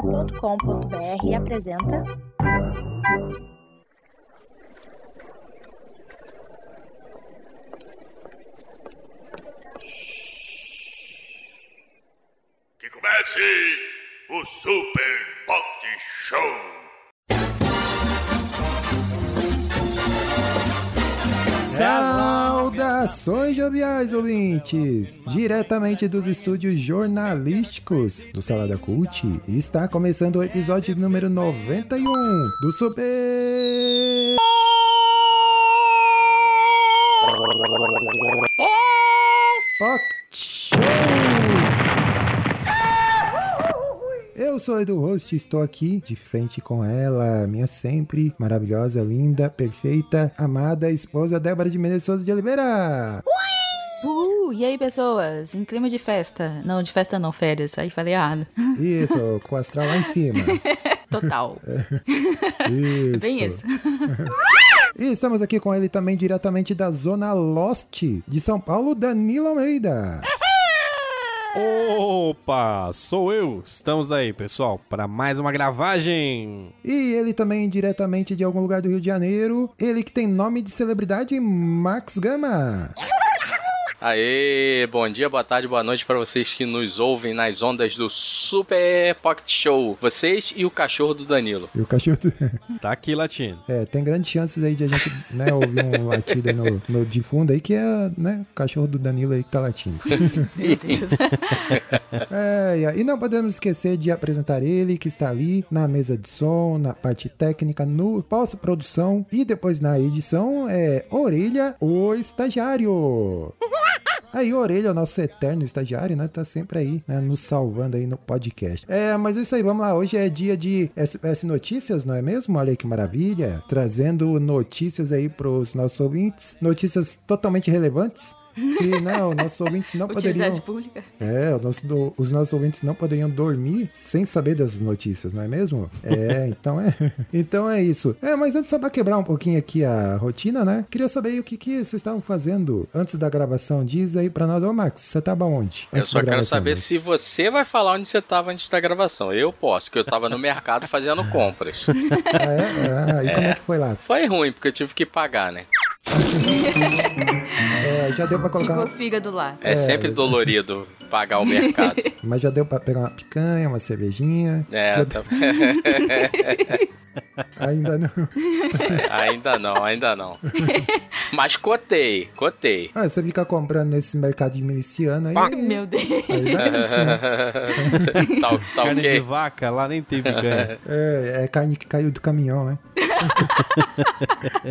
Saladacult.com.br apresenta Que comece o Super Pop Show! Saudações joviais ouvintes! Diretamente dos estúdios jornalísticos do Salada Cult, está começando o episódio número 91 do Super Pocket Show! Eu sou Edu Host, estou aqui de frente com ela, minha sempre maravilhosa, linda, perfeita, amada esposa Débora de Menezes Souza de Oliveira! Uh, e aí, pessoas? Em clima de festa. Não, de festa não, férias. Aí falei errado. Isso, com o astral lá em cima. Total. É Isso. É Bem isso. E estamos aqui com ele também diretamente da Zona Lost de São Paulo, Danilo Almeida. Opa, sou eu. Estamos aí, pessoal, para mais uma gravagem. E ele também diretamente de algum lugar do Rio de Janeiro, ele que tem nome de celebridade, Max Gama. Aê, bom dia, boa tarde, boa noite pra vocês que nos ouvem nas ondas do Super Pocket Show. Vocês e o cachorro do Danilo. E o cachorro... Tá aqui latindo. É, tem grandes chances aí de a gente né, ouvir um latido aí no, no de fundo aí, que é né, o cachorro do Danilo aí que tá latindo. Meu Deus. É, e a- e não podemos esquecer de apresentar ele, que está ali na mesa de som, na parte técnica, no pós-produção e depois na edição, é Orelha, o estagiário. Aí, Orelha, o nosso eterno estagiário, né? Tá sempre aí, né? Nos salvando aí no podcast. É, mas é isso aí, vamos lá. Hoje é dia de SPS Notícias, não é mesmo? Olha aí que maravilha. Trazendo notícias aí pros nossos ouvintes. Notícias totalmente relevantes. Que, não, nossos ouvintes não poderiam... Utilidade pública. É, o nosso do- os nossos ouvintes não poderiam dormir sem saber das notícias, não é mesmo? É, então é. Então é isso. É, mas antes, só pra quebrar um pouquinho aqui a rotina, né? Queria saber aí o que, que vocês estavam fazendo antes da gravação. Diz aí pra nós, ô Max, você tava onde? Eu Antes só da quero gravação, saber né? se você vai falar onde você tava antes da gravação. Eu posso, que eu tava no mercado fazendo compras. Ah, é? Ah, e como é que foi lá? Foi ruim, porque eu tive que pagar, né? É, já deu pra colocar. Ficou o uma- fígado lá. É, sempre dolorido pagar o mercado. Mas já deu pra pegar uma picanha, uma cervejinha. É, Já- tá- Ainda não. ainda não, ainda não. Mas cotei, cotei. Ah, você fica comprando nesse mercado de miliciano aí. Meu Deus. Aí dá isso, né? tá, tá Carne de ok? vaca, lá nem tem picanha. É, é carne que caiu do caminhão, né?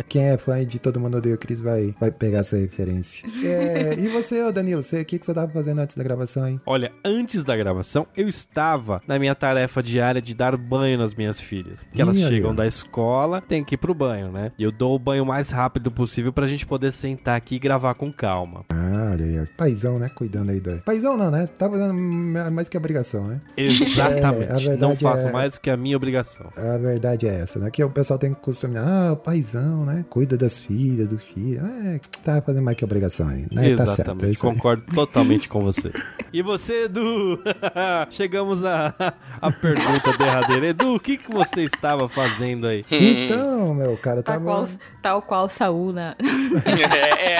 Quem é fã de Todo Mundo Odeia o Cris vai, vai pegar essa referência. É, e você, ô Danilo, você- o que, que você tava fazendo antes da gravação, hein? Olha, antes da gravação, eu estava na minha tarefa diária de dar banho nas minhas filhas. Porque elas Ih, olha. chegam da escola, tem que ir pro banho, né? E eu dou o banho mais rápido possível pra gente poder sentar aqui e gravar com calma. Ah, olha aí, ó. paizão, né? Cuidando aí da... Paizão não, né? Tá fazendo ma- mais que a obrigação, né? É, a Exatamente. verdade Não faço é- mais do que a minha obrigação. A verdade é essa, né? Que o pessoal tem que costume, ah, o paizão, né? Cuida das filhas, do filho. É, tá fazendo mais que a obrigação aí, né? Tá certo, é Exatamente, isso aí. concordo totalmente com você. E você, Edu? Chegamos à à pergunta derradeira. Edu, o que, que você estava fazendo aí? Então, meu, cara, Tal tava... qual, tal qual Saul na... É, é.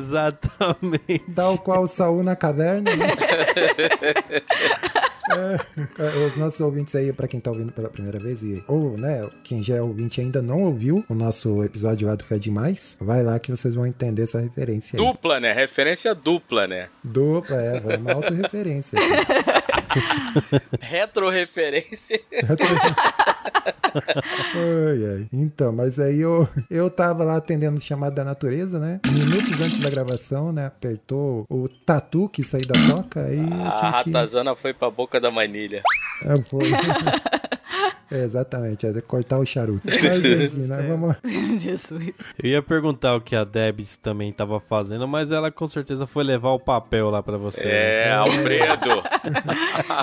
Exatamente. Tal qual Tá o Saul na caverna. Né? É, os nossos ouvintes aí, pra quem tá ouvindo pela primeira vez, e, ou, né, quem já é ouvinte e ainda não ouviu o nosso episódio lá do Fé Demais, vai lá que vocês vão entender essa referência aí. Dupla, né? Referência dupla, né? Dupla, é, vai uma autorreferência. Retroreferência. ai, ai. Então, mas aí eu, eu tava lá atendendo o chamado da natureza, né? Minutos antes da gravação, né, apertou o tatu que saiu da toca, aí eu A Ah, tinha que... ratazana foi pra boca da manilha. É, foi. É, exatamente, é cortar o charuto. Mas enfim, né? Vamos lá. Jesus. Eu ia perguntar o que a Debs também tava fazendo, mas ela com certeza foi levar o papel lá pra você. né? Então- É, Alfredo.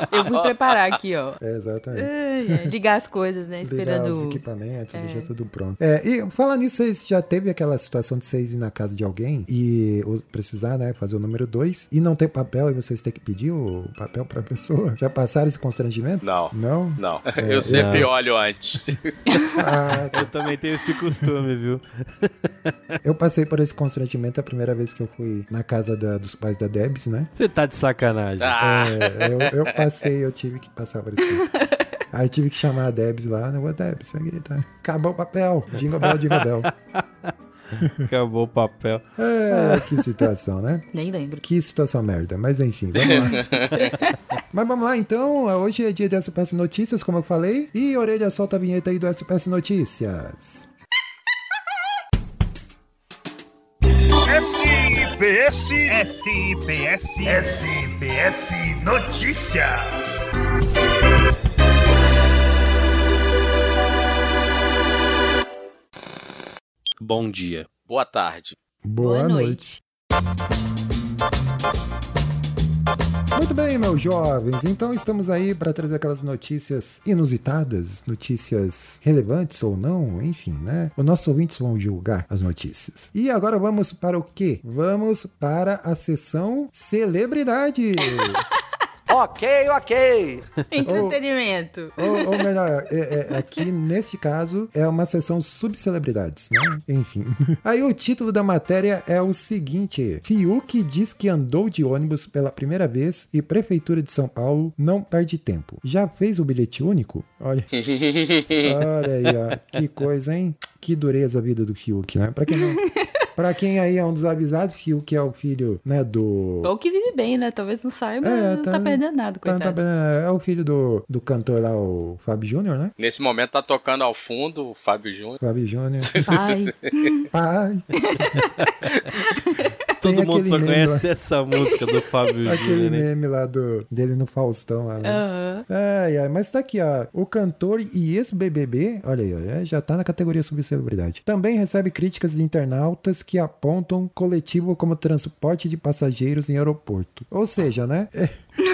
Eu fui preparar aqui, ó. É, exatamente. Ai, ai, Ligar as coisas, né? Ligar Esperando. os o- equipamentos, deixar tudo pronto. É, e falando nisso, vocês já teve aquela situação de vocês ir na casa de alguém e os- precisar, né, fazer o número dois e não ter papel e vocês têm que pedir o papel pra pessoa? Já passaram esse constrangimento? Não. Não? Não, É, eu não. sempre olho antes. Ah, Eu também tenho esse costume, viu? eu passei por esse constrangimento a primeira vez que eu fui na casa da- dos pais da Debs, né? Você tá de sacanagem. Ah, É, eu, eu passei, eu tive que passar por isso. Aí tive que chamar a Debs lá, né? Ô, Debs, aqui, tá. Acabou o papel. Jingle bell, jingle bell. Acabou o papel. É, que situação, né? Nem lembro. Que situação merda, mas enfim, vamos lá. mas vamos lá então, hoje é dia de SPS Notícias, como eu falei. E orelha, solta a vinheta aí do SPS Notícias. SBS, SBS, SBS Notícias. Bom dia. É. Boa tarde. Boa, noite. Muito bem, meus jovens. Então estamos aí para trazer aquelas notícias inusitadas, notícias relevantes ou não, enfim, né? Os nossos ouvintes vão julgar as notícias. E agora vamos para o quê? Vamos para a sessão celebridades. Ok, ok. Entretenimento. ou, ou melhor, é- é- aqui neste caso é uma sessão subcelebridades, né? Enfim. Aí o título da matéria é o seguinte: Fiuk diz que andou de ônibus pela primeira vez e Prefeitura de São Paulo não perde tempo. Já fez o bilhete único? Olha. Olha aí, ó. Que coisa, hein? Que dureza a vida do Fiuk, né? Pra quem não. Pra quem aí é um desavisado, Fiuk é o filho, né, do. Ou que vive bem, né? Talvez não saiba, É, não tá- tá, perdendo nada, Tá- coitado. tá- é o filho do, do cantor lá, o Fábio Júnior, né? Nesse momento tá tocando ao fundo o Fábio Júnior. Fábio Júnior. Pai. Pai. Todo mundo aquele só meme conhece lá. essa música do Fábio Aquele Júnior, né? Ah. meme lá do, dele no Faustão lá, né? Aham. Ai, ai, mas tá aqui, ó. O cantor e ex-BBB, olha aí, ó, é, já tá na categoria subcelebridade. Também recebe críticas de internautas que apontam coletivo como transporte de passageiros em aeroporto. Ou seja, né? É-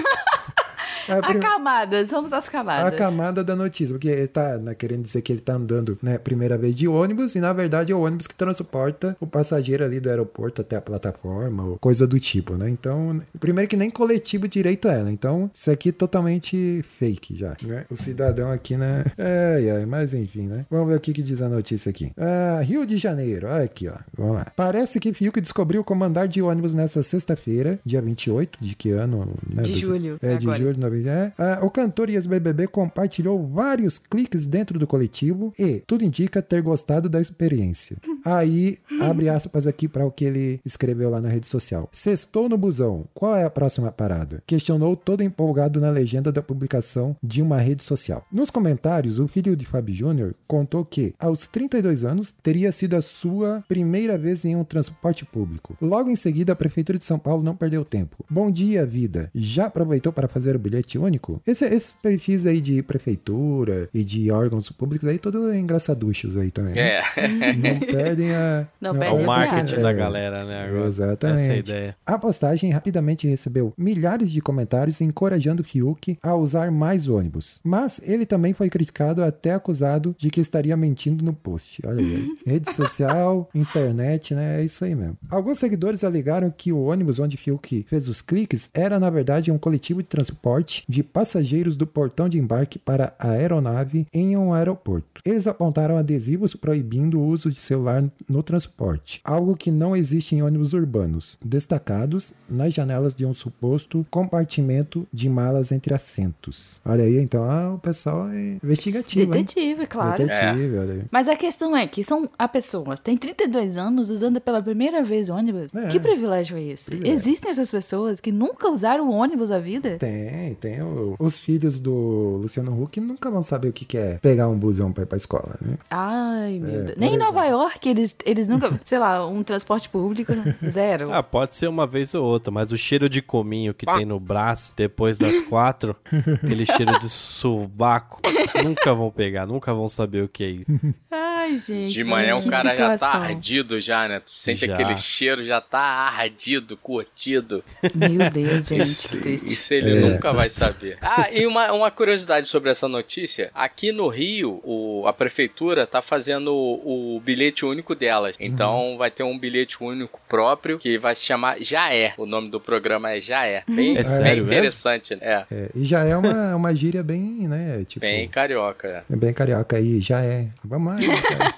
é a A prim- camada, somos as a camadas. camada da notícia, porque ele tá né, querendo dizer que ele tá andando, né, primeira vez de ônibus, e na verdade é o ônibus que transporta o passageiro ali do aeroporto até a plataforma, ou coisa do tipo, né? Então, primeiro que nem coletivo direito é, né? Então, isso aqui é totalmente fake já, né? O cidadão aqui, né? Ai, ai, mas enfim, né? Vamos ver o que, que diz a notícia aqui. Ah, Rio de Janeiro, olha aqui, ó. Vamos lá. Parece que Fiuk descobriu como andar de ônibus nessa sexta-feira, dia 28, de que ano? né? De Dois- julho, É, de agora. julho. Jornalismo, é. Ah, o cantor e ex-BBB compartilhou vários cliques dentro do coletivo e tudo indica ter gostado da experiência. Aí, abre aspas aqui para o que ele escreveu lá na rede social. Sextou no busão, qual é a próxima parada? Questionou todo empolgado na legenda da publicação de uma rede social. Nos comentários, o filho de Fábio Júnior contou que, aos 32 anos, teria sido a sua primeira vez em um transporte público. Logo em seguida, a Prefeitura de São Paulo não perdeu tempo. Bom dia, vida. Já aproveitou para fazer o bilhete único? Esse- esses perfis aí de prefeitura e de órgãos públicos aí, todo engraçaduchos aí também. né? É. Não perdem a... Não É perdem o a marketing piada. da galera, né? Agora, Exatamente. Essa é a ideia. A postagem rapidamente recebeu milhares de comentários encorajando Fiuk a usar mais ônibus. Mas ele também foi criticado até acusado de que estaria mentindo no post. Olha aí. Rede social, internet, né? É isso aí mesmo. Alguns seguidores alegaram que o ônibus onde Fiuk fez os cliques era, na verdade, um coletivo de transporte de passageiros do portão de embarque para a aeronave em um aeroporto. Eles apontaram adesivos proibindo o uso de celular no transporte, algo que não existe em ônibus urbanos, destacados nas janelas de um suposto compartimento de malas entre assentos. Olha aí, então, ah, o pessoal é investigativo, hein? Detetive, claro. Detetive, olha aí. Mas a questão é que são a pessoa tem 32 anos usando pela primeira vez ônibus. É. Que privilégio é esse? Privilégio. Existem essas pessoas que nunca usaram ônibus a vida? Tem, tem. o- os filhos do Luciano Huck nunca vão saber o que que é pegar um busão pra ir pra escola, né? Ai, meu Deus. por Nem em Nova York eles, eles nunca. sei lá, um transporte público, né? zero. Ah, pode ser uma vez ou outra, mas o cheiro de cominho que tem no braço depois das quatro, aquele cheiro de sovaco, nunca vão pegar, nunca vão saber o que é isso. Ai, gente. De manhã que o cara já tá situação. ardido já, né? Tu sente Já. aquele cheiro, já tá ardido, curtido. Meu Deus, gente, que Isso, triste. isso ele nunca vai saber. tipo. Ah, e uma, uma curiosidade sobre essa notícia. Aqui no Rio, o- a prefeitura tá fazendo o, o bilhete único delas. Então vai ter um bilhete único próprio que vai se chamar Já É. O nome do programa é Já É. Bem, É bem sério mesmo? interessante, né? É. É, e já é uma, uma gíria bem, né? Tipo, Bem bem, carioca. é bem carioca aí, já é. Vamos lá. cara.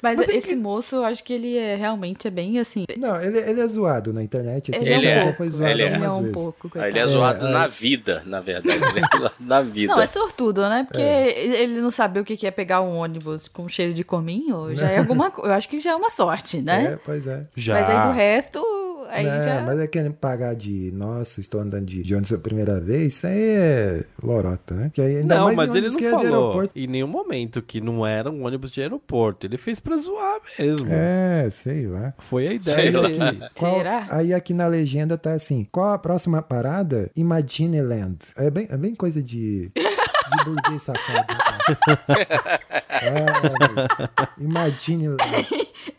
Mas, esse moço, eu acho que ele é realmente é bem assim. Não, é ele, ele é zoado na internet. Assim, Ele mas é, já foi zoado ele é. Ele é algumas um vezes. pouco, Ah, coitado. Ele é zoado na vida, na verdade. Ele é zoado na vida. Então, Não, é sortudo, né? Porque é. ele não sabe o que que é pegar um ônibus com cheiro de cominho, já é alguma coisa. Eu acho que já é uma sorte, né? Né? É, pois é. Já. Mas aí do resto, aí Né, já. Mas é querendo pagar de, nossa, estou andando de, de ônibus a primeira vez, isso aí é lorota, né? Que aí, ainda Não, mais mas em ele ônibus não que é de falou aeroporto. em nenhum momento que não era um ônibus de aeroporto. Ele fez pra zoar mesmo. É, sei lá. Foi a Sei ideia lá. dele. Aqui, qual- Será? Aí aqui na legenda tá assim: qual a próxima parada? Imagine Land. É bem, é bem coisa de. De burguês safado. né, cara? Ah, Imagine Land.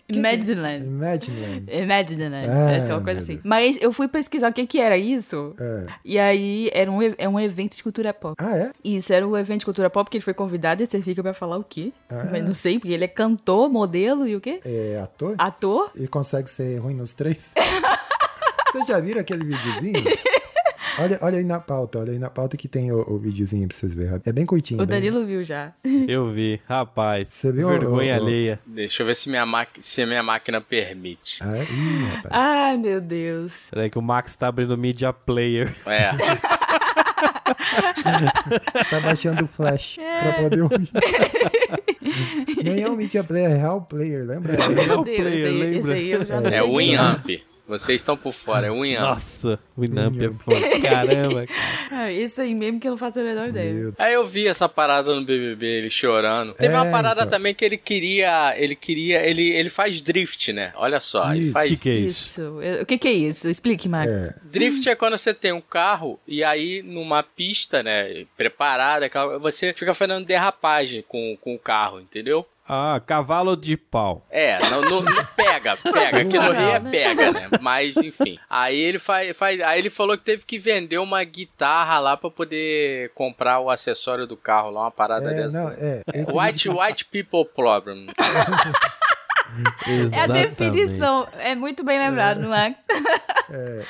é? Madland. Imagine Land. Madland, Ah, deve ser né? uma coisa meu assim. Deus. Mas eu fui pesquisar o que que era isso, É. e aí era um, e- é um evento de cultura pop. Ah, é? Isso, era um evento de cultura pop que ele foi convidado e você fica pra falar o quê? Ah. Mas não sei, porque ele é cantor, modelo e o quê? É ator? Ah. Ator? E consegue ser ruim nos três? Vocês já viram aquele videozinho? Olha, olha aí na pauta, olha aí na pauta que tem o, o videozinho pra vocês verem. É bem curtinho. O bem- Danilo viu já. Eu vi, rapaz. Você viu, Vergonha ô, ô, alheia. Deixa eu ver se minha, maqui- se minha máquina permite. Ah, é? Ih, rapaz. Ai, meu Deus. Peraí que o Max tá abrindo Media Player. É. Tá baixando o flash É. pra poder ouvir. Nem é um media player, é real player, lembra? É, Não, Meu Deus, player, esse, aí- esse lembra? aí eu já É peguei. o Winamp. Vocês estão por fora, é o Winamp. Nossa, o Winamp é foda. Caramba. cara. Ah, Esse aí mesmo que eu não faço a menor ideia. Meu Aí eu vi essa parada no BBB, ele chorando. Teve uma É, parada então. também que ele queria, ele queria, ele, ele faz drift, né? Olha só, ele Isso. O faz que, que é isso? Isso. Eu- O que, que é isso? Explique, Max. É. drift é quando você tem um carro e aí numa pista, né, preparada, aquela- você fica fazendo derrapagem com, com o carro, entendeu? Ah, cavalo de pau. É, não, não- não pega, pega. Aqui no Rio é pega, né? Mas, enfim. Aí ele faz, faz. Aí ele falou que teve que vender uma guitarra lá pra poder comprar o acessório do carro lá, uma parada É, dessa. não, é. Esse White, white people problem. É a definição. É muito bem lembrado, é? Max. vídeo,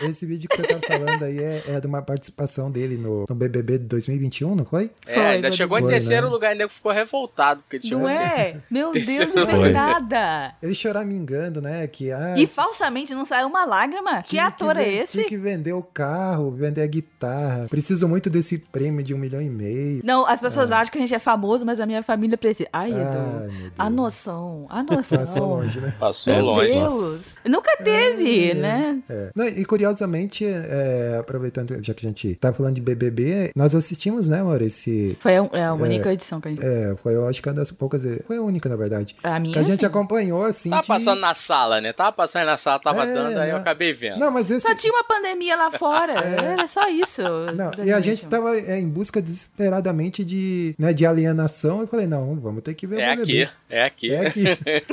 é, esse vídeo que você tá falando aí é, é de uma participação dele no, no BBB de 2021, não foi? É, Foi, ainda Rodrigo. chegou em Foi, terceiro né? lugar e nego ficou revoltado. Porque ele Não chegou em é? Meu Deus, Terceiro não foi. fez nada. Ele choramingando, né? Que, ah, E falsamente não saiu uma lágrima. Que tive ator é ven- esse? Tive que vender o carro, vender a guitarra. Preciso muito desse prêmio de um milhão e meio. Não, as pessoas acham que a gente é famoso, mas a minha família precisa. Ai, Ai, Edu. Ah, meu Deus. A noção. A Passou noção. longe, né? Passou Meu É longe. Deus. Nunca teve, né? É. Não, e curiosamente, é, aproveitando, já que a gente tá falando de BBB, nós assistimos, né, amor, esse... Foi a, é a única edição que a gente. É, foi, eu acho que é uma das poucas... Foi a única, na verdade. A minha. que a gente sim. acompanhou, assim, Tava de- Tá passando na sala, né? Tava passando na sala, tava É, dando, aí eu né? acabei vendo. Não, mas esse... Só tinha um uma pandemia lá fora. Era só isso. É. Não, e a gente tava é, em busca desesperadamente de, né, de alienação. Eu falei, não, vamos ter que ver é o BBB. aqui, é aqui. É que.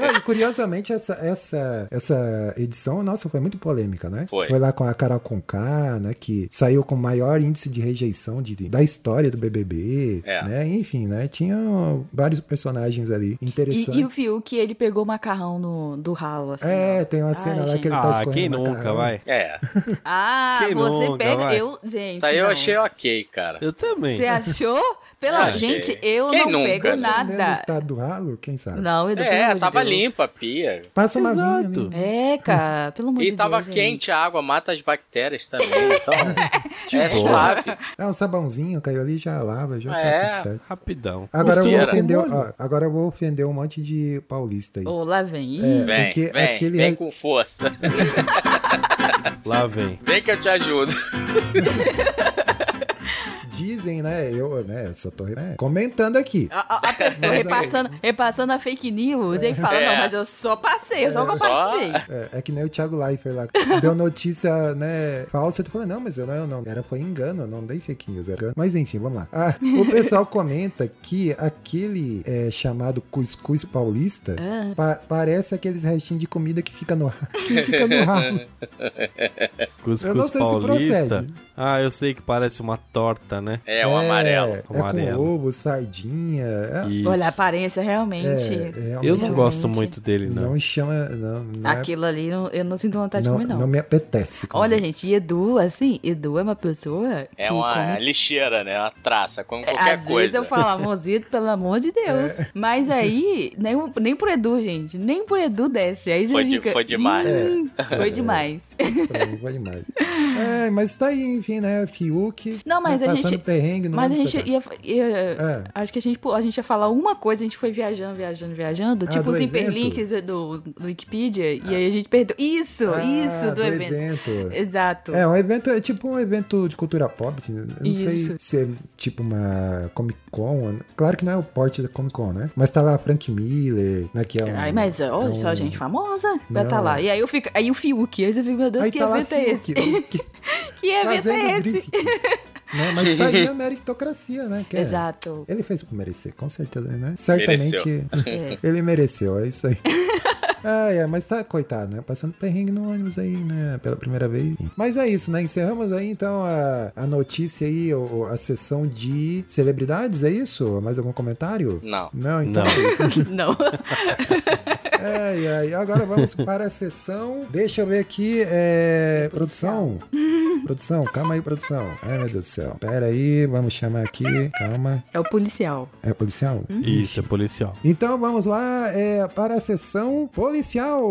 Não, e curiosamente, essa, essa, essa edição, nossa, foi muito polêmica, né? Foi. lá com a Carol Conká, né? Que saiu com o maior índice de rejeição de, da história do BBB, É. né? Enfim, né? Tinha vários personagens ali interessantes. E, e o Fiuk, ele pegou o macarrão no, do ralo, assim. É, ó. tem uma cena Ai, lá gente. que ele tá Ah, escorrendo quem macarrão. nunca, vai? É. Ah, Quem você nunca, pega... vai? Eu, gente, Isso aí Tá, eu não. achei ok, cara. Eu também. Você achou? Pela Eu achei. gente, eu Quem não nunca, né? pego Dependendo do nada. estado do ralo, quem sabe? Não, Edu, pelo É, amor de tava Deus. limpa a pia. Passa uma vinha Exato. ali. É, cara, pelo amor de E Deus. tava gente. quente a água, mata as bactérias também. Então, é boa. suave. É um sabãozinho, caiu ali, já lava, já É. tá tudo certo. Rapidão. Agora eu, vou Gosteira. ofender, ó, agora eu vou ofender um monte de paulista aí. Ô, lá vem. Ih, É, Vem, porque vem, aquele vem com força. Lá vem. Vem que eu te ajudo. Dizem, né? Eu, tô, né? Eu só tô né, comentando aqui. A, a- a pessoa Mas aí- repassando, repassando a fake news e aí fala, É. não, mas eu só passei, eu só Só- compartilhei. É, é que nem o Thiago Leifert lá. Deu notícia, né, falsa. Tu falou, não, mas eu não, eu não. Era foi engano, eu não dei fake news. Era... engano. Mas enfim, vamos lá. Ah, o pessoal comenta que aquele é, chamado cuscuz paulista Ah. pa- parece aqueles restinhos de comida que fica no, ra- que fica no ralo. Cuscuz Eu não sei se paulista. procede. ah, eu sei que parece uma torta, né? É, o amarelo. É, é Amarelo. com ovo, sardinha. é- Isso. Olha, a aparência é, realmente. realmente eu não Realmente. gosto muito dele, não. Não chama. Não, não, é- Aquilo ali, não- eu não sinto vontade não, de comer, não. não me apetece. comer. Olha, gente, e Edu, assim, Edu é uma pessoa que É uma come- lixeira, né? Uma traça, como Às qualquer vezes coisa. eu falava, Mozito, pelo amor de Deus. É. Mas aí, nem, nem pro Edu, gente, nem pro Edu desce. Aí você Foi de- fica, foi demais. "Hum, É. foi demais. Pra mim vale mais. É, mas tá aí, enfim, né? Fiuk. né, Não, mas a passando gente- perrengue no Mas a mundo gente espetacular. ia... ia- É. Acho que a gente, pô, a gente ia falar uma coisa, a gente foi viajando, viajando, viajando. Ah, tipo do os evento? hiperlinks do, do Wikipedia. E aí a gente perdeu. Isso, Ah, isso do, evento. Exato. É, um evento é tipo um evento de cultura pop. assim, Eu não sei Isso. se é tipo uma Comic Con. né? Claro que não é o porte da Comic Con, né? Mas tá lá Frank Miller, né? Que é um, Ai, mas é olha só, um- gente famosa Não. vai é. tá lá. E aí eu fico, aí o Fiuk, aí você fica, meu Deus, Aí que tá lá evento é esse? Fiuk, o que- tá Que evento fazendo é esse? grife. né? Mas tá aí a meritocracia, né? Que é- Exato. Ele fez por merecer, com certeza, né? Certamente É. ele mereceu, é isso aí. Ah, é, mas tá, coitado, né? Passando perrengue no ônibus aí, né? Pela primeira vez. Mas é isso, né? Encerramos aí, então, a, a notícia aí, o- a sessão de celebridades, é isso? Mais algum comentário? Não. Não, então Não. é isso. Não. É, e aí, agora vamos para a sessão. Deixa eu ver aqui. É, produção. Produção, calma aí, produção. Ai, meu Deus do céu. Pera aí, vamos chamar aqui. Calma. É o policial. É policial? Isso, é policial. Então vamos lá é, para a sessão policial.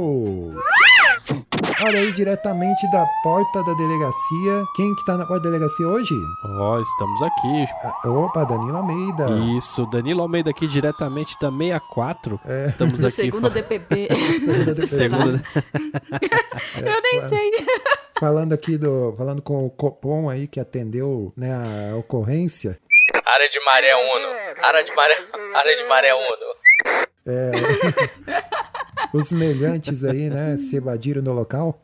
Olha aí, diretamente da porta da delegacia. Quem que tá na porta da delegacia hoje? Ó, estamos aqui. Ah, Opa, Danilo Almeida. Isso, Danilo Almeida aqui diretamente da 64. É. Estamos Do aqui. segundo fa- DPP. Segunda do tá. Segunda- eu nem sei. Falando aqui do. Falando com o Copom aí que atendeu né, a ocorrência. Área de maré uno. É um Área de maré, área de maré uno. Os semelhantes aí, né? Se evadiram no local.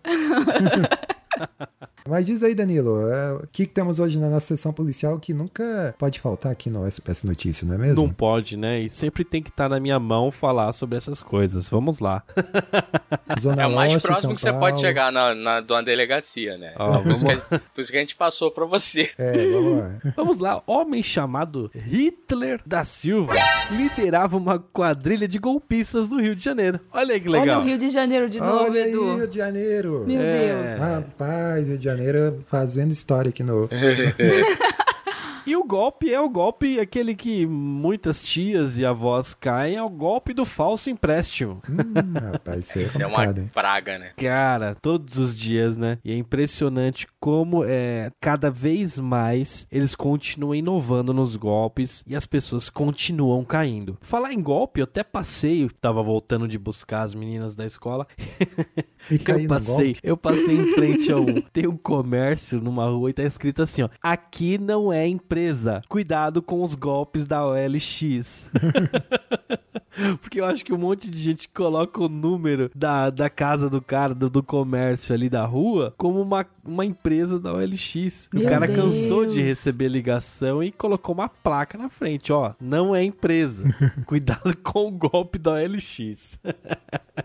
Mas diz aí, Danilo, é, o que, que temos hoje na nossa sessão policial que nunca pode faltar aqui no SPS Notícia, não é mesmo? Não pode, né? E sempre tem que estar na minha mão falar sobre essas coisas. Vamos lá. Zona É o mais Leste, próximo um São que você Paulo. Ah, pode chegar na, na, de uma delegacia, né? Ó, por, isso vamos- que, a- por isso que a gente passou pra você. É, vamos lá. Vamos lá, homem chamado Hitler da Silva liderava uma quadrilha de golpistas no Rio de Janeiro. Olha aí que Olha legal. o Rio de Janeiro de novo, Olha aí, Edu. Rio de Janeiro. Meu É. Rapaz, Rio de Janeiro fazendo história aqui no... E o golpe é o golpe, aquele que muitas tias e avós caem, é o golpe do falso empréstimo. Hum, rapaz, isso é Isso é uma complicado, hein? praga, né? Cara, todos os dias, né? E é impressionante como é cada vez mais eles continuam inovando nos golpes e as pessoas continuam caindo. Falar em golpe, eu até passei, eu tava voltando de buscar as meninas da escola E eu cair no passei, golpe. eu passei em frente a um. Tem um comércio numa rua e tá escrito assim, ó. Aqui não é empresa. Cuidado com os golpes da OLX. Porque eu acho que um monte de gente coloca o número da, da casa do cara, do, do comércio ali da rua, como uma, uma empresa da OLX. o Meu cara cansou de Deus. receber ligação e colocou uma placa na frente, ó. Não é empresa. Cuidado com o golpe da OLX.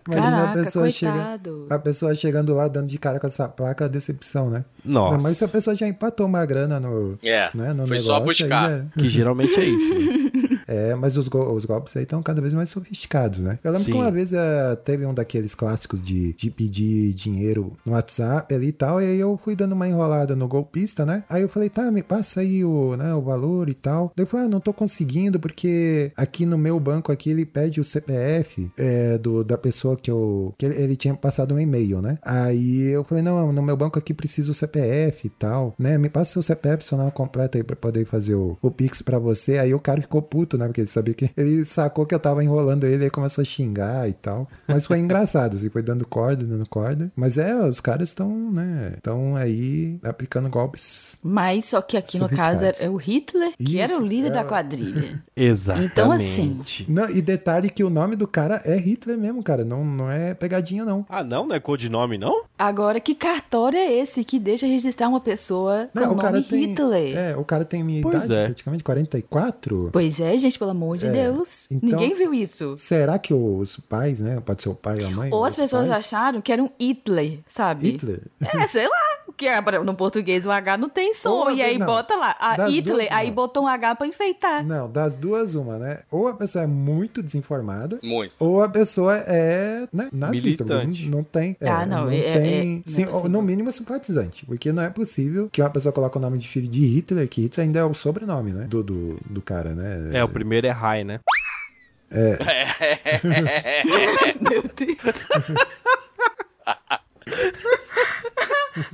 Imagina a Caraca, pessoa, chega, coitado. a pessoa chegando lá, dando de cara com essa placa, a decepção, né? Nossa. Não, mas se a pessoa já empatou uma grana no... É. né, no foi negócio, só aí buscar. já era. Que geralmente é isso. né? É, mas os, go- os golpes aí estão cada vez mais sofisticados, né? Eu lembro Sim. que uma vez eh, teve um daqueles clássicos de, de pedir dinheiro no WhatsApp ali e tal, e aí eu fui dando uma enrolada no golpista, né? Aí eu falei, tá, me passa aí o, né, o valor e tal. Daí eu falei, ah, não tô conseguindo porque aqui no meu banco aqui ele pede o CPF eh, do, da pessoa que eu... que ele, ele tinha passado um e-mail, né? Aí eu falei, não, no meu banco aqui precisa o CPF e tal, né? Me passa o seu CPF, seu nome completo aí pra poder fazer o, o Pix pra você. Aí o cara ficou puto, né? Porque ele sabia que. Ele sacou que eu tava enrolando ele e começou a xingar e tal. Mas foi engraçado, assim, foi dando corda, dando corda. Mas é, os caras estão, né? Estão aí aplicando golpes. Mas só que aqui no caso Sofisticados. era- é o Hitler, que era o Isso, é. líder da era. quadrilha. Exatamente. Então, assim, Não, e detalhe que o nome do cara é Hitler mesmo, cara. Não, não é pegadinha, não. Ah, não? Não é codinome, não? Agora, que cartório é esse que deixa registrar uma pessoa Não, com o nome Hitler? É, o cara tem minha Pois idade, é. praticamente 44. Pois é, gente, pelo amor de Deus. então- Ninguém viu isso. Será que os pais, né? Pode ser o pai e a mãe. Ou as os pessoas pais- acharam que era um Hitler, sabe? Hitler? É, sei lá. Porque é pra- no português o H não tem som. Ou e aí não. bota lá, a Das Hitler, duas, aí não. botou um H pra enfeitar. Não, das duas, uma, né? Ou a pessoa é muito desinformada. Muito. Ou a pessoa é né, nazista, Militante. não, não tem. é, Ah, não, não é- é- tem. não é sim, ou, possível. no mínimo simpatizante. Porque não é possível que uma pessoa coloque o nome de filho de Hitler, que Hitler ainda é o sobrenome, né? Do, do, do cara, né? É, o primeiro é high, né? Meu Deus.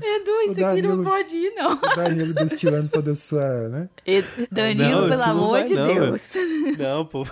Edu, isso O aqui não Danilo- pode ir, não. O Danilo destilando toda a sua, né? E- Danilo, Não, pelo isso não amor vai, de é. não, Deus. Não, pô.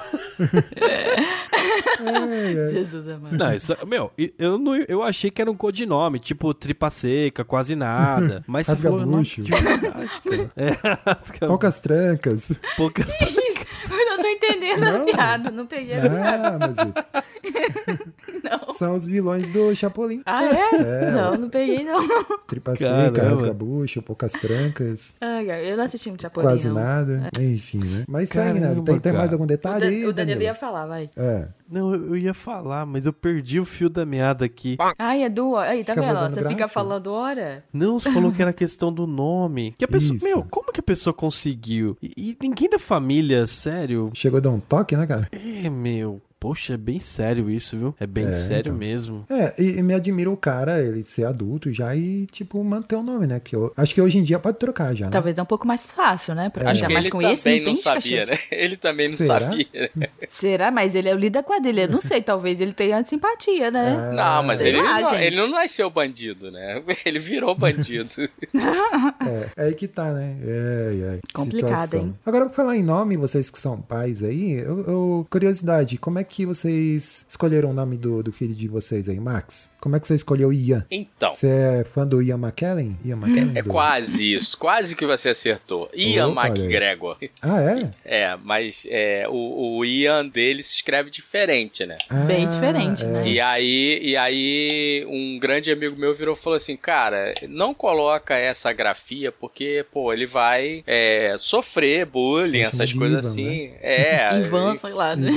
É. Jesus amado. Não, isso, é, meu, eu, não, eu achei que era um codinome, tipo tripa seca, quase nada. Mas se for o nome Rasgabucho. de verdade, cara. É, rasga- Poucas trancas. poucas. Isso, eu não tô entendendo a Não. piada, não peguei a piada. Ah, mas. é- São os vilões do Chapolin. Ah, é? Não, não peguei, não. Tripa Caramba. seca, rasgabucha, poucas trancas, Ai, cara, eu não assisti muito Chapolin, quase não. nada. Enfim, né? Mas tem, né? Caramba, Tem, tem cara. mais algum O, detalhe Dan- aí, o Danilo Danilo? ia falar, vai. É. Não, eu eu ia falar, mas eu perdi o fio da meada aqui. Ai, Edu, ó, aí, tá Fica vendo? ó, fazendo Você fica graça? falando hora. Não, você falou que era questão do nome. Que a pessoa, Isso. meu, como que a pessoa conseguiu? E, e ninguém da família, sério? Chegou a dar um toque, né, cara? É, meu. Poxa, é bem sério isso, viu? É bem É, sério então. mesmo. É, e, e me admira o cara, ele ser adulto já e, tipo, manter o nome, né? Que eu acho que hoje em dia pode trocar já, né? É. Talvez é um pouco mais fácil, né? Pra, Acho ainda que mais ele com também esse não entende, sabia, cachorro. né? Ele também não Será? sabia. Será? Mas ele é o líder da quadrilha. Não sei, talvez ele tenha simpatia, né? É, Não, mas Sei ele, lá, não, gente. ele não nasceu bandido, né? Ele virou bandido. É, é aí que tá, né? É, é. Complicado, hein? Agora, pra falar em nome, vocês que são pais aí, eu, eu- curiosidade, como é que vocês escolheram o nome do, do filho de vocês aí, Max? Como é que você escolheu Ian? Então, Você é fã do Ian McKellen? Ian McKellen? é do- quase isso. Quase que você acertou. Ian Opa, olha aí. McGregor. Ah, é? É, mas é, o, o Ian dele se escreve diferente, né? Ah, Bem diferente, é. né? E aí, e aí, um grande amigo meu virou e falou assim: Cara, não coloca essa grafia, porque, pô, ele vai é, sofrer bullying, Chama essas de né? coisas Ivan, assim. É. Ivan, sei lá, né?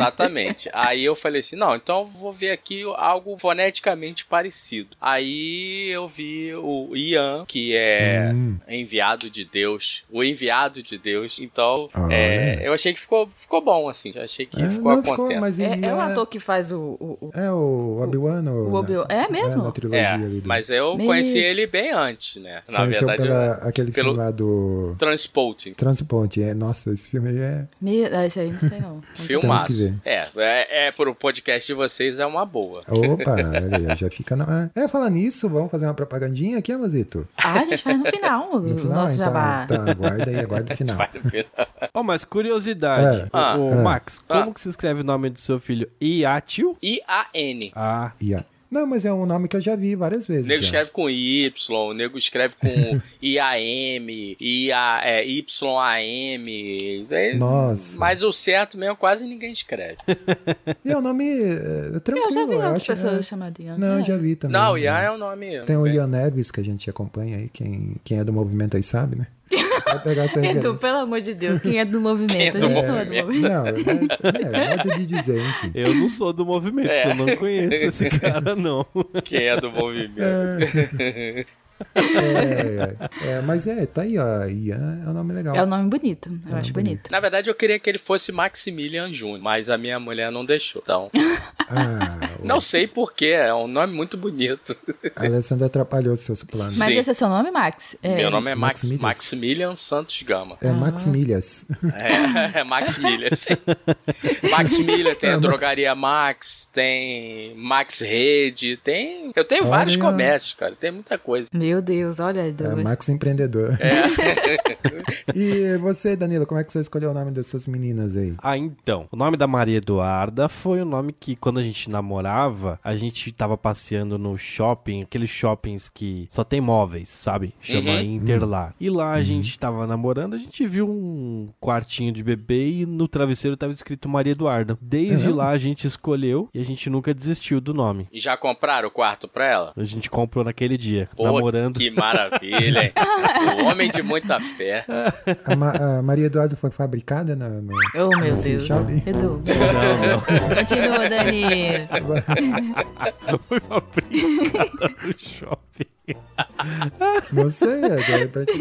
Exatamente. Aí eu falei assim: não, então eu vou ver aqui algo foneticamente parecido. Aí eu vi o Ian, que é Hum. enviado de Deus, o enviado de Deus. Então, Ah, Olha. é, eu achei que ficou, ficou bom, assim. Eu achei que É, ficou não, a contento. mas Ian É, é o ator que faz o. o- o- É o Obi-Wan. ou o na- Obi-Wan. É mesmo? na trilogia É, ali. Do... é mas eu Meio- conheci ele bem antes, né? Na Conheceu verdade, pela, eu- aquele pelo- filme lá do Transporting. Transponte. É, nossa, esse filme aí é... Me- Ah, isso aí não sei, não. Filmaço. que ver. É, é, é pro podcast de vocês é uma boa. Opa, olha aí, já fica na... É, falar nisso, vamos fazer uma propagandinha aqui, Amazito? Ah, a gente faz no final o No final, nosso então, jabá. então aguarda aí, aguarda o final. Ó, Oh, mas curiosidade. É. Ah. Ô, ô, Ah. Max, como que se escreve o nome do seu filho? Iatio? I-A-N. Ah, Ian. Não, mas é um nome que eu já vi várias vezes. Nego Ah, já. escreve com Y, o nego escreve com IAM, IA, é, YAM. é, Nossa. Mas o certo mesmo quase ninguém escreve. E é um nome é, tranquilo. Eu já vi outras acho- pessoas é. chamadas Ian. Não, É. eu já vi também. Não, IA é o nome. Tem um o Ian Neves que a gente acompanha aí, quem, quem é do movimento aí sabe, né? Vai pegar essa Edu, referência. pelo amor de Deus, quem é do movimento? Quem é do A gente não movimento? Não, é, é, modo de dizer, enfim. eu não sou do movimento, É. eu não conheço esse cara, não. Quem é do movimento? É, é, é, mas é, tá aí, ó. Ian é um nome legal. É um nome bonito, eu acho bonito. Na verdade, eu queria que ele fosse Maximilian Júnior, mas a minha mulher não deixou. Então, Ah, o não sei porquê, é um nome muito bonito. Alessandro atrapalhou seus planos. Mas Sim. esse é seu nome, Max? É. Meu nome é Max, Maximilias. Maximilian Santos Gama. É Max Milhas. É, é Max Miller. sim. Max Miller tem É, a Max- Drogaria Max, tem Max Rede, tem. Eu tenho Olha. vários comércios, cara. Tem muita coisa. Meu Meu Deus, olha aí, É, Douglas. Max Empreendedor. e você, Danilo, como é que você escolheu o nome das suas meninas aí? Ah, então. O nome da Maria Eduarda foi o nome que, quando a gente namorava, a gente tava passeando no shopping, aqueles shoppings que só tem móveis, sabe? Chama Uhum. Interlar. E lá Uhum. a gente tava namorando, a gente viu um quartinho de bebê e no travesseiro tava escrito Maria Eduarda. Desde Uhum. lá a gente escolheu e a gente nunca desistiu do nome. E já compraram o quarto pra ela? A gente comprou naquele dia, Pô, namorando. que maravilha, hein? o homem de muita fé. A, Ma- a Maria Eduarda foi fabricada na. no- Oh, meu Sim, Deus. Xabi. Edu. Não, não. Continua, Dani. É, Foi uma brincada no shopping. Não sei, é, de repente-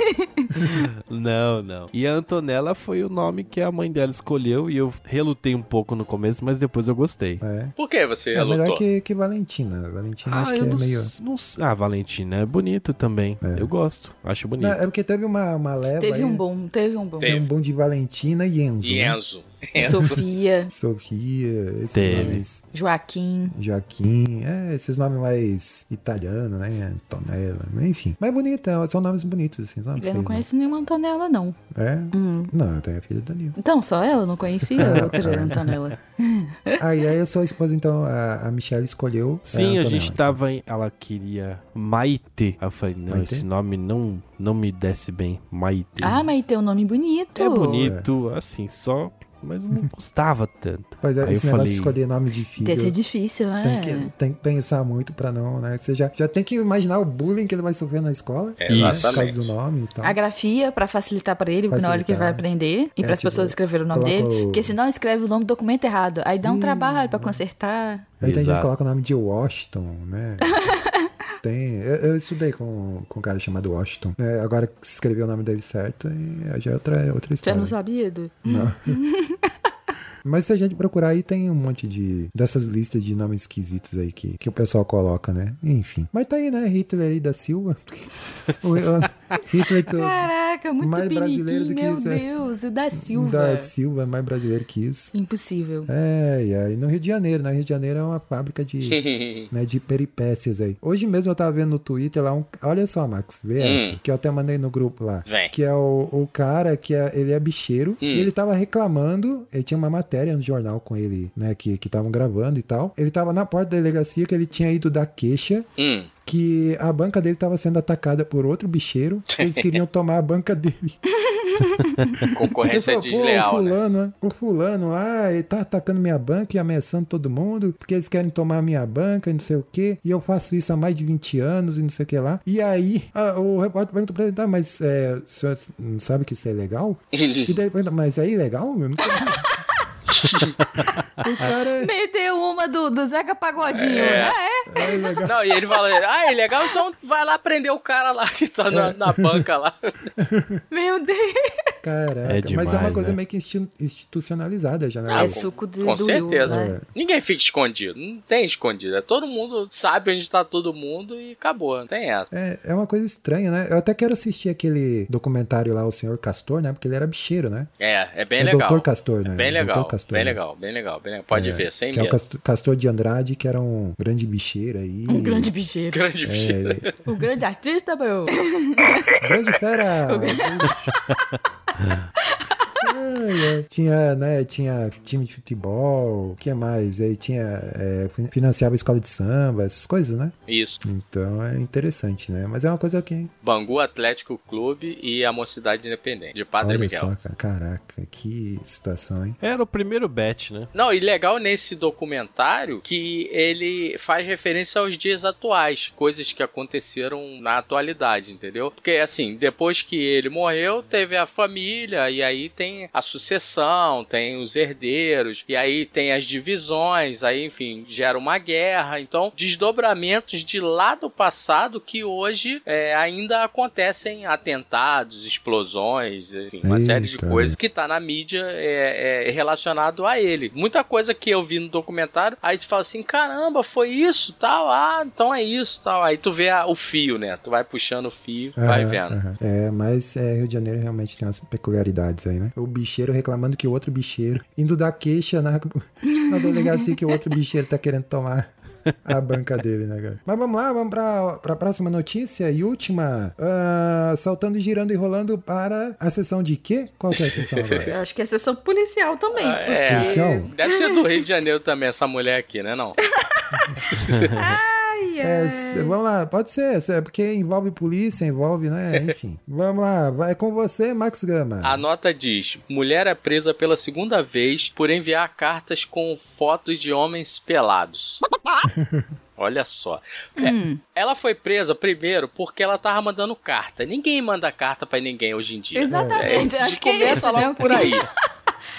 Não, não. E a Antonella foi o nome que a mãe dela escolheu e eu relutei um pouco no começo, mas depois eu gostei. é. Por que você É melhor lutou? que, que Valentina. Ah, Valentina acho que Ah, eu é não, meio. s- não s- Ah, Valentina é bonito também. Eu gosto, acho bonito. Não, é porque teve uma, uma leva. Teve aí, um bom, teve um bom. Teve um bom de Valentina e Enzo. De né? Enzo. Enzo. Sofia, Sofia, esses Teve. nomes. Joaquim. Joaquim, é, esses nomes mais italianos, né? Antonella, né? enfim. Mas bonito, é, são nomes bonitos, assim. São Eu não feios, conheço nenhuma Antonella, não. É? Não, tem a filha do Danilo. Então, só ela? Não conhecia É. a outra Antonella. Aí, aí a sua esposa, então, a, a Michelle escolheu. é, Sim, a Antonella, então. gente tava em. Ela queria Maite. Aí Eu falei, não, Maite? esse nome não, não me desce bem. Maite. Ah, mas tem um nome bonito. é bonito, assim, só. Mas não gostava tanto. Pois é, Aí eu esse negócio falei, de escolher nome de filho. Deve ser difícil, né? Tem que, tem que pensar muito pra não, né? Você já, já tem que imaginar o bullying que ele vai sofrer na escola. É, né? Por causa exatamente. do nome e tal. A grafia pra facilitar pra ele, porque na hora que ele vai Facilitar. aprender, e É, para as tipo, pessoas escreverem o nome coloca dele, o- né? porque senão escreve o nome do documento errado, aí dá um trabalho pra consertar. Aí tem gente que Exato. coloca o nome de Washington, né? Tem, eu, eu estudei com, com um cara chamado Washington. É, agora que escrevi o nome dele certo, e aí já é outra, outra Já história. não sabia, Edu? Mas se a gente procurar aí, tem um monte de dessas listas de nomes esquisitos aí que, que o pessoal coloca, né? Enfim. Mas tá aí, né? Hitler aí da Silva. O- o- Hitler todo. Caraca, muito Mais brasileiro do piniquim, que meu isso, é. Deus, o da Silva. Da Silva, é mais brasileiro que isso. Impossível. É, e aí no Rio de Janeiro, né? Rio de Janeiro é uma fábrica de, né, de peripécias aí. Hoje mesmo eu tava vendo no Twitter lá um. Olha só, Max, vê essa, que eu até mandei no grupo lá. Vem. Que é o, o cara que é, ele é bicheiro e ele tava reclamando. Ele tinha uma matéria no jornal com ele, né? Que estavam gravando e tal. Ele tava na porta da delegacia que ele tinha ido dar queixa Hum. que a banca dele estava sendo atacada por outro bicheiro, que eles queriam tomar a banca dele. Concorrência Ele falou, "Pô, desleal, o né? fulano, né? O fulano, ah, ele tá atacando minha banca e ameaçando todo mundo, porque eles querem tomar minha banca e não sei o quê, e eu faço isso há mais de 20 anos e não sei o que lá. E aí, a- o repórter pergunta pra ele, tá, mas é, o senhor não sabe que isso é legal? e daí ele pergunta, mas é ilegal? Eu não sei. o cara é, Meteu uma do, do Zeca Pagodinho. É. Ah, é? é ilegal. Não, e ele fala, ah, é legal, então vai lá prender o cara lá que tá É. na, na banca lá. É. Meu Deus. Caraca, É mas é uma demais, coisa né? meio que insti- institucionalizada já, né? Ah, é com- suco de com do certeza. Né? Ninguém fica escondido, não tem escondido. É Todo mundo sabe onde tá todo mundo e acabou, não tem essa. É, é uma coisa estranha, né? Eu até quero assistir aquele documentário lá, o Senhor Castor, né? Porque ele era bicheiro, né? É, é bem é legal. Doutor Castor, né? Bem É Dr. legal, Castor, bem né? legal, bem legal, bem legal. Pode É, ver, sem que é o medo. Castor, Castor de Andrade, que era um grande bicheiro aí. Um grande bicheiro. Grande É, bicho. ele- um Um grande artista, meu. grande fera! Um É, é. Tinha, né, tinha time de futebol, o que mais? Aí tinha, é, fin- financiava a escola de samba, essas coisas, né? Isso. Então é interessante, né? Mas é uma coisa que... Bangu Atlético Clube e a Mocidade Independente, de Padre Olha Miguel. só, cara. Caraca, que situação, hein? Era o primeiro bet, né? Não, e legal nesse documentário que ele faz referência aos dias atuais, coisas que aconteceram na atualidade, entendeu? Porque assim, depois que ele morreu, teve a família, e aí tem a sucessão, tem os herdeiros, e aí tem as divisões, aí enfim, gera uma guerra. Então, desdobramentos de lá do passado que hoje é, ainda acontecem atentados, explosões, enfim, uma série de Eita. coisas que tá na mídia é, é relacionado a ele. Muita coisa que eu vi no documentário, aí tu fala assim, caramba, foi isso, tal, ah, então é isso, tal. Aí tu vê a- o fio, né? Tu vai puxando o fio, vai Aham, vendo. aham. É, mas é, Rio de Janeiro realmente tem umas peculiaridades aí, né? O bicheiro reclamando assim, que o outro bicheiro, indo dar queixa na, na delegacia que o outro bicheiro tá querendo tomar a banca dele, né, cara? Mas vamos lá, vamos pra, pra próxima notícia e última. Ah, saltando, e girando e rolando para a sessão de quê? Qual que é a sessão agora? Eu acho que é sessão policial também. Ah, é. porque- Policial? Deve ser do Rio de Janeiro também, essa mulher aqui, né? Não. Ai, É, ai. s- vamos lá, pode ser, é porque envolve polícia, envolve, né? Enfim. vamos lá, vai com você, Max Gama. A nota diz: mulher é presa pela segunda vez por enviar cartas com fotos de homens pelados. Olha só. É, Ela foi presa primeiro porque ela tava mandando carta. Ninguém manda carta pra ninguém hoje em dia. Exatamente. É, acho que é começa isso, logo né? por aí.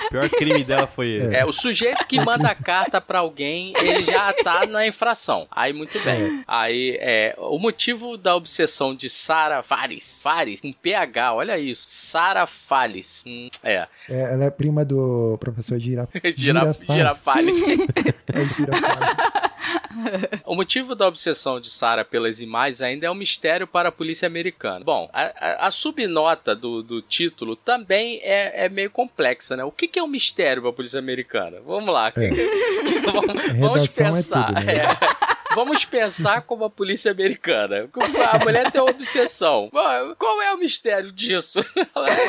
O pior crime dela foi esse. É, o sujeito que manda carta pra alguém, ele já tá na infração. Aí, muito bem. Aí, é, o motivo da obsessão de Sara Fares, Fares, um PH, olha isso, Sara Fales, hum, é, É, ela é prima do professor Giraf... Giraf- Girafales. É, Girafales. O motivo da obsessão de Sarah pelas imagens ainda é um mistério para a polícia americana. Bom, a, a- a subnota do, do título também é, é meio complexa, né? O que, que é um mistério para a polícia americana? Vamos lá. vamos, vamos É. Redação é pensar. tudo, né? É. Vamos pensar como a polícia americana. A mulher tem uma obsessão. Bom, Qual é o mistério disso? Ela- é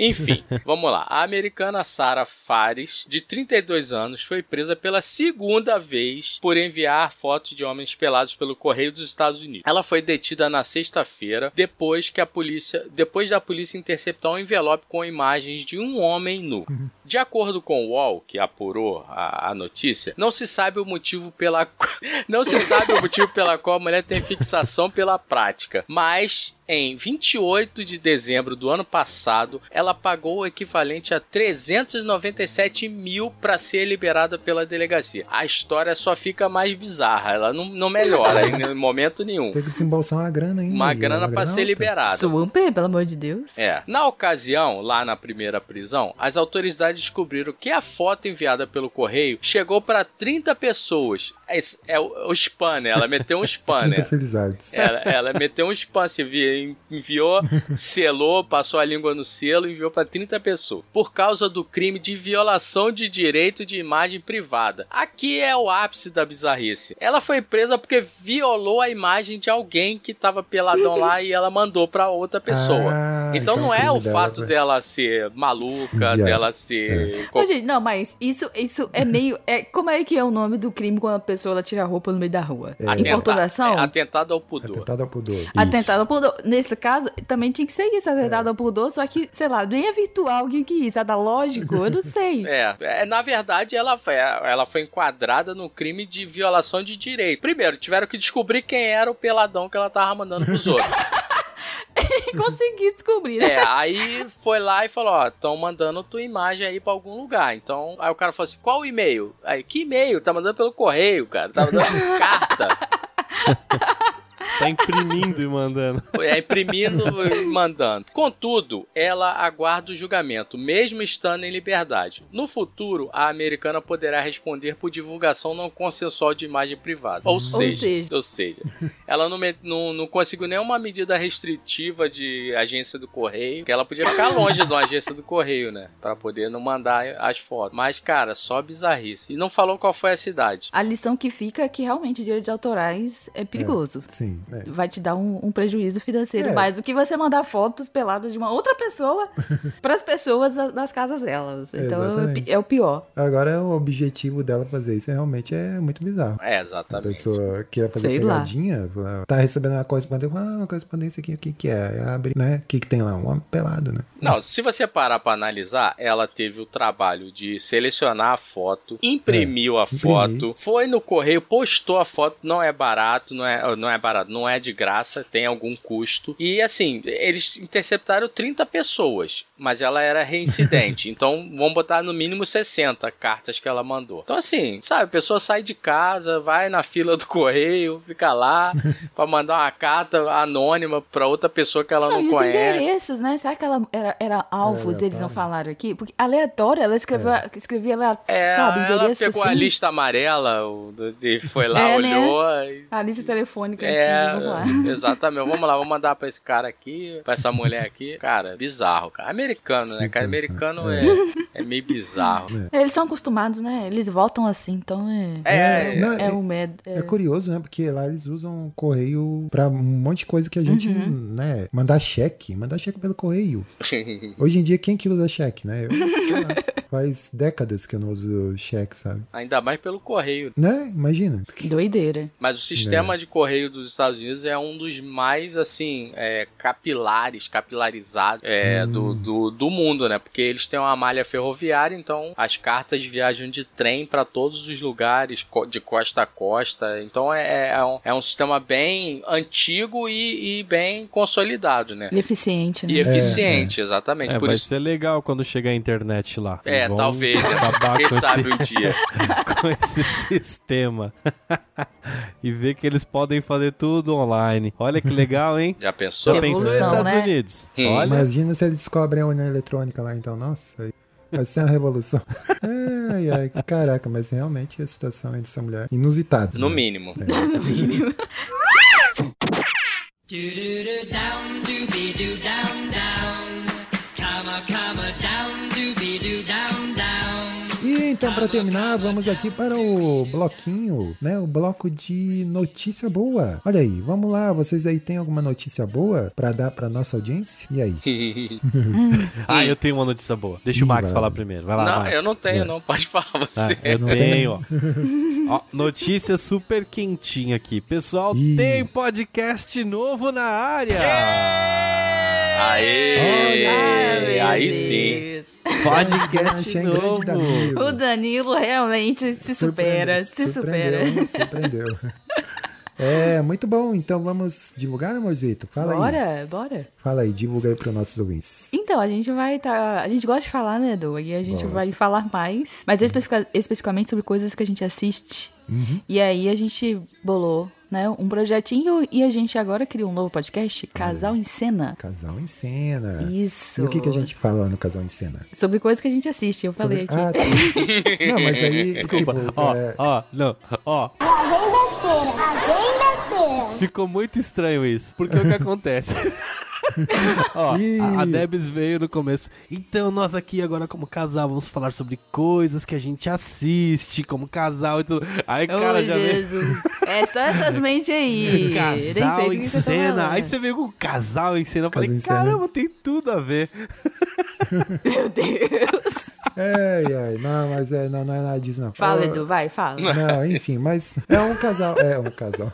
Enfim, vamos lá. A americana Sarah Fares, de 32 anos, foi presa pela segunda vez por enviar fotos de homens pelados pelo correio dos Estados Unidos. Ela foi detida na sexta-feira, depois que a polícia, depois da polícia interceptar um envelope com imagens de um homem nu. De acordo com o UOL, que apurou a, a notícia, não se sabe o motivo pela não se sabe o motivo pela qual a mulher tem fixação pela prática, mas em 28 de dezembro do ano passado, ela pagou o equivalente a 397 mil para ser liberada pela delegacia. A história só fica mais bizarra, ela não, não melhora em momento nenhum. Tem né? que desembolsar uma grana ainda. Uma aí, grana para ser alta. liberada. Super, pelo amor de Deus. É. Na ocasião, lá na primeira prisão, as autoridades descobriram que a foto enviada pelo correio chegou para 30 pessoas. É, isso- é o, o spam, né? Ela meteu um spam, 30 né? felizardos. Ela, ela meteu um spam, se vi- enviou, selou, passou a língua no selo e enviou para 30 pessoas. Por causa do crime de violação de direito de imagem privada. Aqui é o ápice da bizarrice. Ela foi presa porque violou a imagem de alguém que tava peladão lá e ela mandou para outra pessoa. Ah, Então, não é o crime fato vai- dela ser maluca, né? Yeah. É. dela ser. Não, gente, não, mas isso, isso é meio. É, como é que é o nome do crime quando a pessoa ela tira a roupa no meio da rua? Importunação? é, atentado ao pudor. Atentado ao pudor. Atentado ao pudor. Nesse caso, também tinha que ser isso, atentado ao pudor, só que, sei lá, nem é virtual, o que que é isso? Analógico? Eu não sei. É, é, na verdade, ela foi, ela foi enquadrada no crime de violação de direito. Primeiro, tiveram que descobrir quem era o peladão que ela tava mandando pros outros. Consegui descobrir, né? É, aí foi lá e falou, ó, estão mandando tua imagem aí pra algum lugar. Então, aí o cara falou assim, qual o e-mail? Aí, que e-mail? Tá mandando pelo correio, cara. Tá mandando por carta. Tá imprimindo e mandando. É, imprimindo e mandando. Contudo, ela aguarda o julgamento, mesmo estando em liberdade. No futuro, a americana poderá responder por divulgação não consensual de imagem privada. Ou seja, seja. ou seja, ela não, me- não- não conseguiu nenhuma medida restritiva de agência do correio, que ela podia ficar longe de uma agência do correio, né? Pra poder não mandar as fotos. Mas, cara, só bizarrice. E não falou qual foi a cidade. A lição que fica é que realmente direitos autorais é perigoso. Sim. é. Vai te dar um, um prejuízo financeiro É. mais do que você mandar fotos peladas de uma outra pessoa pras pessoas da- das casas delas. Então é o pi- Exatamente. é o pior. Agora, o objetivo dela fazer isso realmente é muito bizarro. É, A exatamente. pessoa que ia fazer Sei lá. pegadinha, fala, tá recebendo uma correspondência, ah, uma correspondência aqui, o que que é? Aí Abre, né? O que que tem lá? Um homem pelado, né? Não, se você parar pra analisar, ela teve o trabalho de selecionar a foto, imprimiu a imprimi. foto, foi no correio, postou a foto, não é barato, não é, não é barato, não é de graça, tem algum custo. E assim, eles interceptaram 30 pessoas, mas ela era reincidente, então vamos botar no mínimo 60 cartas que ela mandou. Então assim, sabe, a pessoa sai de casa, vai na fila do correio, fica lá pra mandar uma carta anônima pra outra pessoa que ela não, e os conhece. endereços, né? Será que ela era, era alvos, Era eles não aleatório. falaram aqui? Porque aleatória, ela escreveu, escrevia lá, É, sabe, ela endereço pegou a assim, lista amarela o do- e foi lá, É, né? olhou. e- a lista telefônica É, É, vamos lá. exatamente. Vamos lá, vamos mandar pra esse cara aqui, pra essa mulher aqui. Cara, bizarro, cara. Americano, né? Sim, Cara, cara, americano sim. é, é meio bizarro. É. Eles são acostumados, né? Eles voltam assim, então é, É, não, é, o medo. É curioso, né? Porque lá eles usam correio pra um monte de coisa que a gente, né? Mandar cheque, mandar cheque pelo correio. Hoje em dia, quem que usa cheque, né? Eu, sei lá, faz décadas que eu não uso cheque, sabe? ainda mais pelo correio. Né? Imagina. doideira. Mas o Né. sistema de correio dos Estados Unidos é um dos mais, assim, é, capilares, capilarizados é, Hum. do, do, do mundo, né? Porque eles têm uma malha ferroviária, então as cartas viajam de trem para todos os lugares, co- de costa a costa. Então é, é, um, é um sistema bem antigo e, e bem consolidado, É. né? E eficiente, né? E eficiente, exatamente. É, Por vai isso. ser legal quando chegar a internet lá. É, Eles vão talvez. né? acabar Quem com esse- sabe um dia. com esse sistema e ver que eles podem fazer tudo online. Olha que legal, hein? Já pensou? Já Evolução, pensou nos Estados né? Unidos? Hum. Olha, Imagina se eles descobrem a urna eletrônica lá, então, nossa, aí vai ser uma revolução. Ai, ai, caraca, mas realmente a situação aí dessa mulher é inusitada. No né? mínimo. É. E então, pra terminar, vamos aqui para o bloquinho, né? O bloco de notícia boa. Olha aí, vamos lá, vocês aí têm alguma notícia boa pra dar pra nossa audiência? E aí? Ah, eu tenho uma notícia boa. Deixa Ih, o Max vai. falar primeiro. Vai lá, Não, Max. eu não tenho, É. não. Pode falar Ah, você. eu não tenho. ó. Ó, notícia super quentinha aqui. Pessoal, Ih. tem podcast novo na área. Aê! Ah, meu aí Deus. sim. Podcast Achei novo. grande Danilo. O Danilo realmente se supera, Surpreende- se supera. surpreendeu, Surpreendeu. É, muito bom. Então vamos divulgar, amorzito? Fala aí. Bora, bora. Fala aí, divulga aí pros nossos ouvintes. Então, a gente vai tá. A gente gosta de falar, né, Doug? E a gente Gosto. vai falar mais. Mas especifica- especificamente sobre coisas que a gente assiste. Uhum. E aí a gente bolou, né, um projetinho e a gente agora criou um novo podcast, Casal em Cena. Casal em cena. Isso. É. E o que, que a gente fala no Casal em cena? Sobre coisas que a gente assiste, eu falei aqui. Ah, tá. Não, mas aí, Desculpa. tipo, ó, é, ó, não, ó. Lá vem besteira, lá vem besteira. Ficou muito estranho isso. Porque é o que acontece? Ó, Ih. a- a Debs veio no começo. Então, nós aqui agora, como casal, vamos falar sobre coisas que a gente assiste como casal e tudo. Aí, Ô, cara, já veio. Jesus. É só essas mentes aí. Nem sei do Um Casal que em que você tá cena. É. falando. Aí você veio com um casal em cena. Eu falei, Casal em cena. caramba, tem tudo a ver. Meu Deus. Ai, ai, não, mas é, não, não é nada disso, não. Fala, Eu- Edu, vai, fala. Não, é? enfim, mas é um casal, é um casal.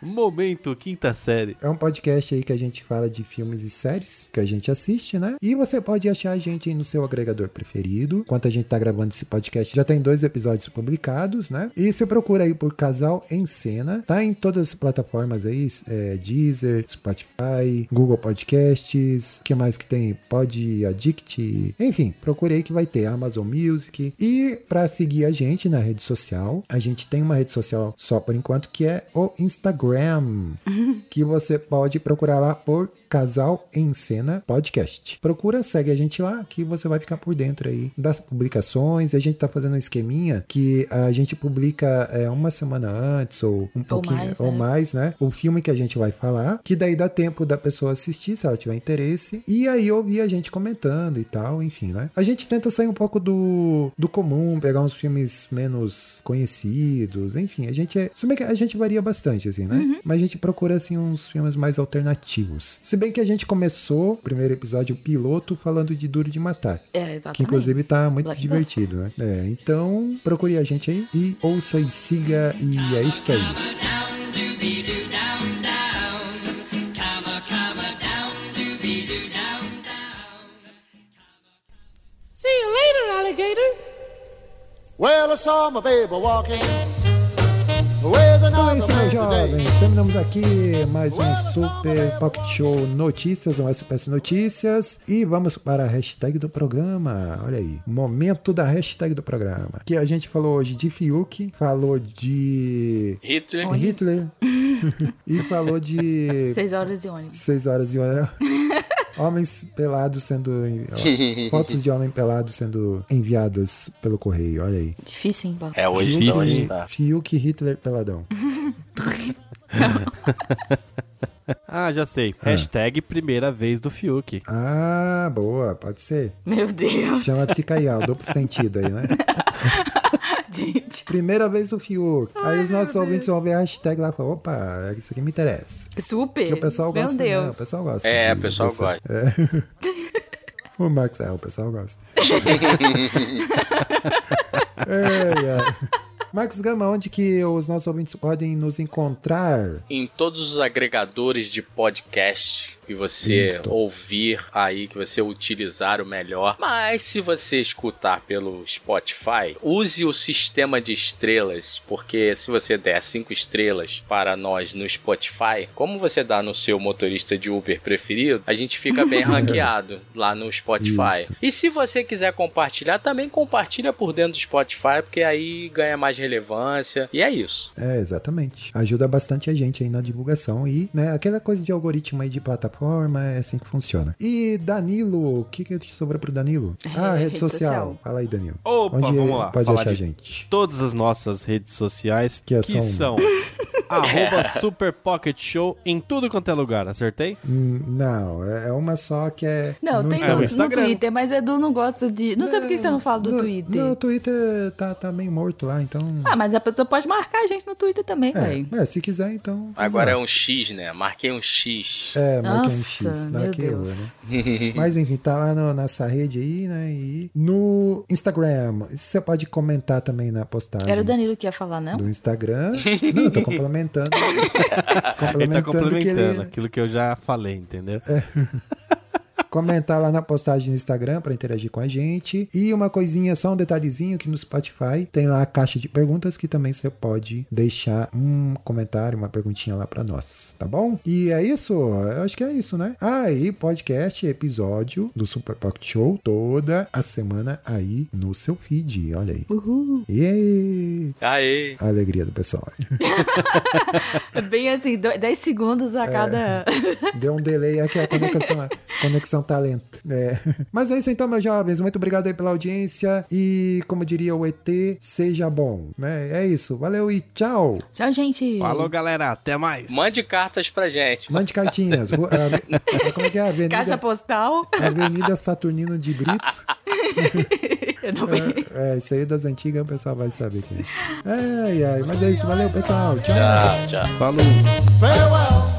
Momento, quinta série. É um podcast aí que a gente fala de filmes e séries que a gente assiste, né? E você pode achar a gente aí no seu agregador preferido. Enquanto a gente tá gravando esse podcast, já tem dois episódios publicados, né? E você procura aí por Casal em Cena. Tá em todas as plataformas aí, é, Deezer, Spotify, Google Podcasts, que mais que tem? Pod Addict, enfim, procure aí que vai ter Amazon Music. E pra seguir a gente na rede social, a gente tem uma rede social só por enquanto que é o Instagram que você pode procurar lá por Casal em Cena Podcast. Procura, segue a gente lá que você vai ficar por dentro aí das publicações. A gente tá fazendo um esqueminha que a gente publica é, uma semana antes ou um pouquinho mais, ou né? mais, né? O filme que a gente vai falar, que daí dá tempo da pessoa assistir se ela tiver interesse e aí ouvir a gente comentando e tal, enfim, né? A gente tenta sair um pouco do, do comum, pegar uns filmes menos conhecidos, enfim, a gente é, se bem que a gente varia bastante assim, né? Uhum. Mas a gente procura assim uns filmes mais alternativos. Se bem que a gente começou o primeiro episódio o piloto falando de Duro de Matar. É, exatamente. Que inclusive tá muito Black divertido, né? É, então procure a gente aí e ouça e siga e é isso aí. See you later, alligator. Well, I saw my baby walking with Então é isso, meus today. jovens. Terminamos aqui mais um Super Pocket Show Notícias, um SPS Notícias. E vamos para a hashtag do programa. Olha aí. Momento da hashtag do programa. Que a gente falou hoje de Fiuk, falou de Hitler. Hitler e falou de Seis horas de ônibus. seis horas e hora. Homens pelados sendo. ó, Fotos de homem pelado sendo enviadas pelo correio, olha aí. Difícil, hein, Bob? É hoje, Difícil, não, hoje hein? tá. Fiuk Hitler peladão. Ah, já sei. Hashtag primeira vez do Fiuk. Ah, boa, pode ser. Meu Deus, Chama de Caiá, o duplo sentido aí, né? gente. Primeira vez o Fiuk. aí os nossos ouvintes vão ver a hashtag lá e falar, opa, isso aqui me interessa. Super. Que o pessoal Meu gosta, né? O Deus. pessoal gosta. É, de- o pessoal dessa- gosta. O Max, é, o pessoal gosta. é, é. Max Gama, onde que os nossos ouvintes podem nos encontrar? Em todos os agregadores de podcast que você Isto. ouvir aí, que você utilizar o melhor. Mas se você escutar pelo Spotify, use o sistema de estrelas, porque se você der cinco estrelas para nós no Spotify, como você dá no seu motorista de Uber preferido, a gente fica bem ranqueado lá no Spotify. Isto. E se você quiser compartilhar, também compartilha por dentro do Spotify, porque aí ganha mais relevância. E é isso. É, exatamente. Ajuda bastante a gente aí na divulgação e, né, aquela coisa de algoritmo aí de plataforma, é assim que funciona. E Danilo, o que que sobra pro Danilo? Ah, É, rede rede social. social. Fala aí, Danilo. Opa, onde vamos lá, pode falar achar a de- gente? Todas as nossas redes sociais, Que é que, são- são arroba Super Pocket Show em tudo quanto é lugar, acertei? Hum, Não, é é uma só que é no Não, tem Instagram. Instagram. no, Instagram. Twitter, mas Edu não gosta de. Não sei por que você não fala do No- Twitter. Não, o Twitter tá, tá meio morto lá, então... Ah, mas a pessoa pode marcar a gente no Twitter também, velho. é, é, se quiser, então... Agora é um X, né? Marquei um X. É, marca um Nossa, X meu naquilo, Deus. né? Mas enfim, tá lá na nossa rede aí, né? E no Instagram, você pode comentar também na postagem Era o Danilo que ia falar, não? do Instagram. Não, eu tô complementando. Ele tá complementando que complementando ele É. aquilo que eu já falei, entendeu? comentar lá na postagem no Instagram pra interagir com a gente. E uma coisinha, só um detalhezinho que no Spotify tem lá a caixa de perguntas que também você pode deixar um comentário, uma perguntinha lá pra nós, tá bom? E é isso, eu acho que é isso, né? Aí, podcast, episódio do Super Pocket Show toda a semana aí no seu feed, olha aí. Uhul! E Aê! a alegria do pessoal. É Bem assim, do- 10 segundos É. a cada. Deu um delay aqui, a conexão, a conexão tá lenta. É. Mas é isso então, meus jovens. Muito obrigado aí pela audiência. E, como diria o ET, seja bom. Né? É isso. Valeu e tchau. Tchau, gente. Falou, galera, até mais. Mande cartas pra gente. Mande cartinhas. Rua- a- como é que é? Caixa Avenida, postal. Avenida Saturnino de Brito. Eu não vi. É, isso aí das antigas, o pessoal vai saber quem é. Ai, ai. Mas é isso. Valeu, pessoal. Tchau. Tchau, tchau. Falou. Farewell.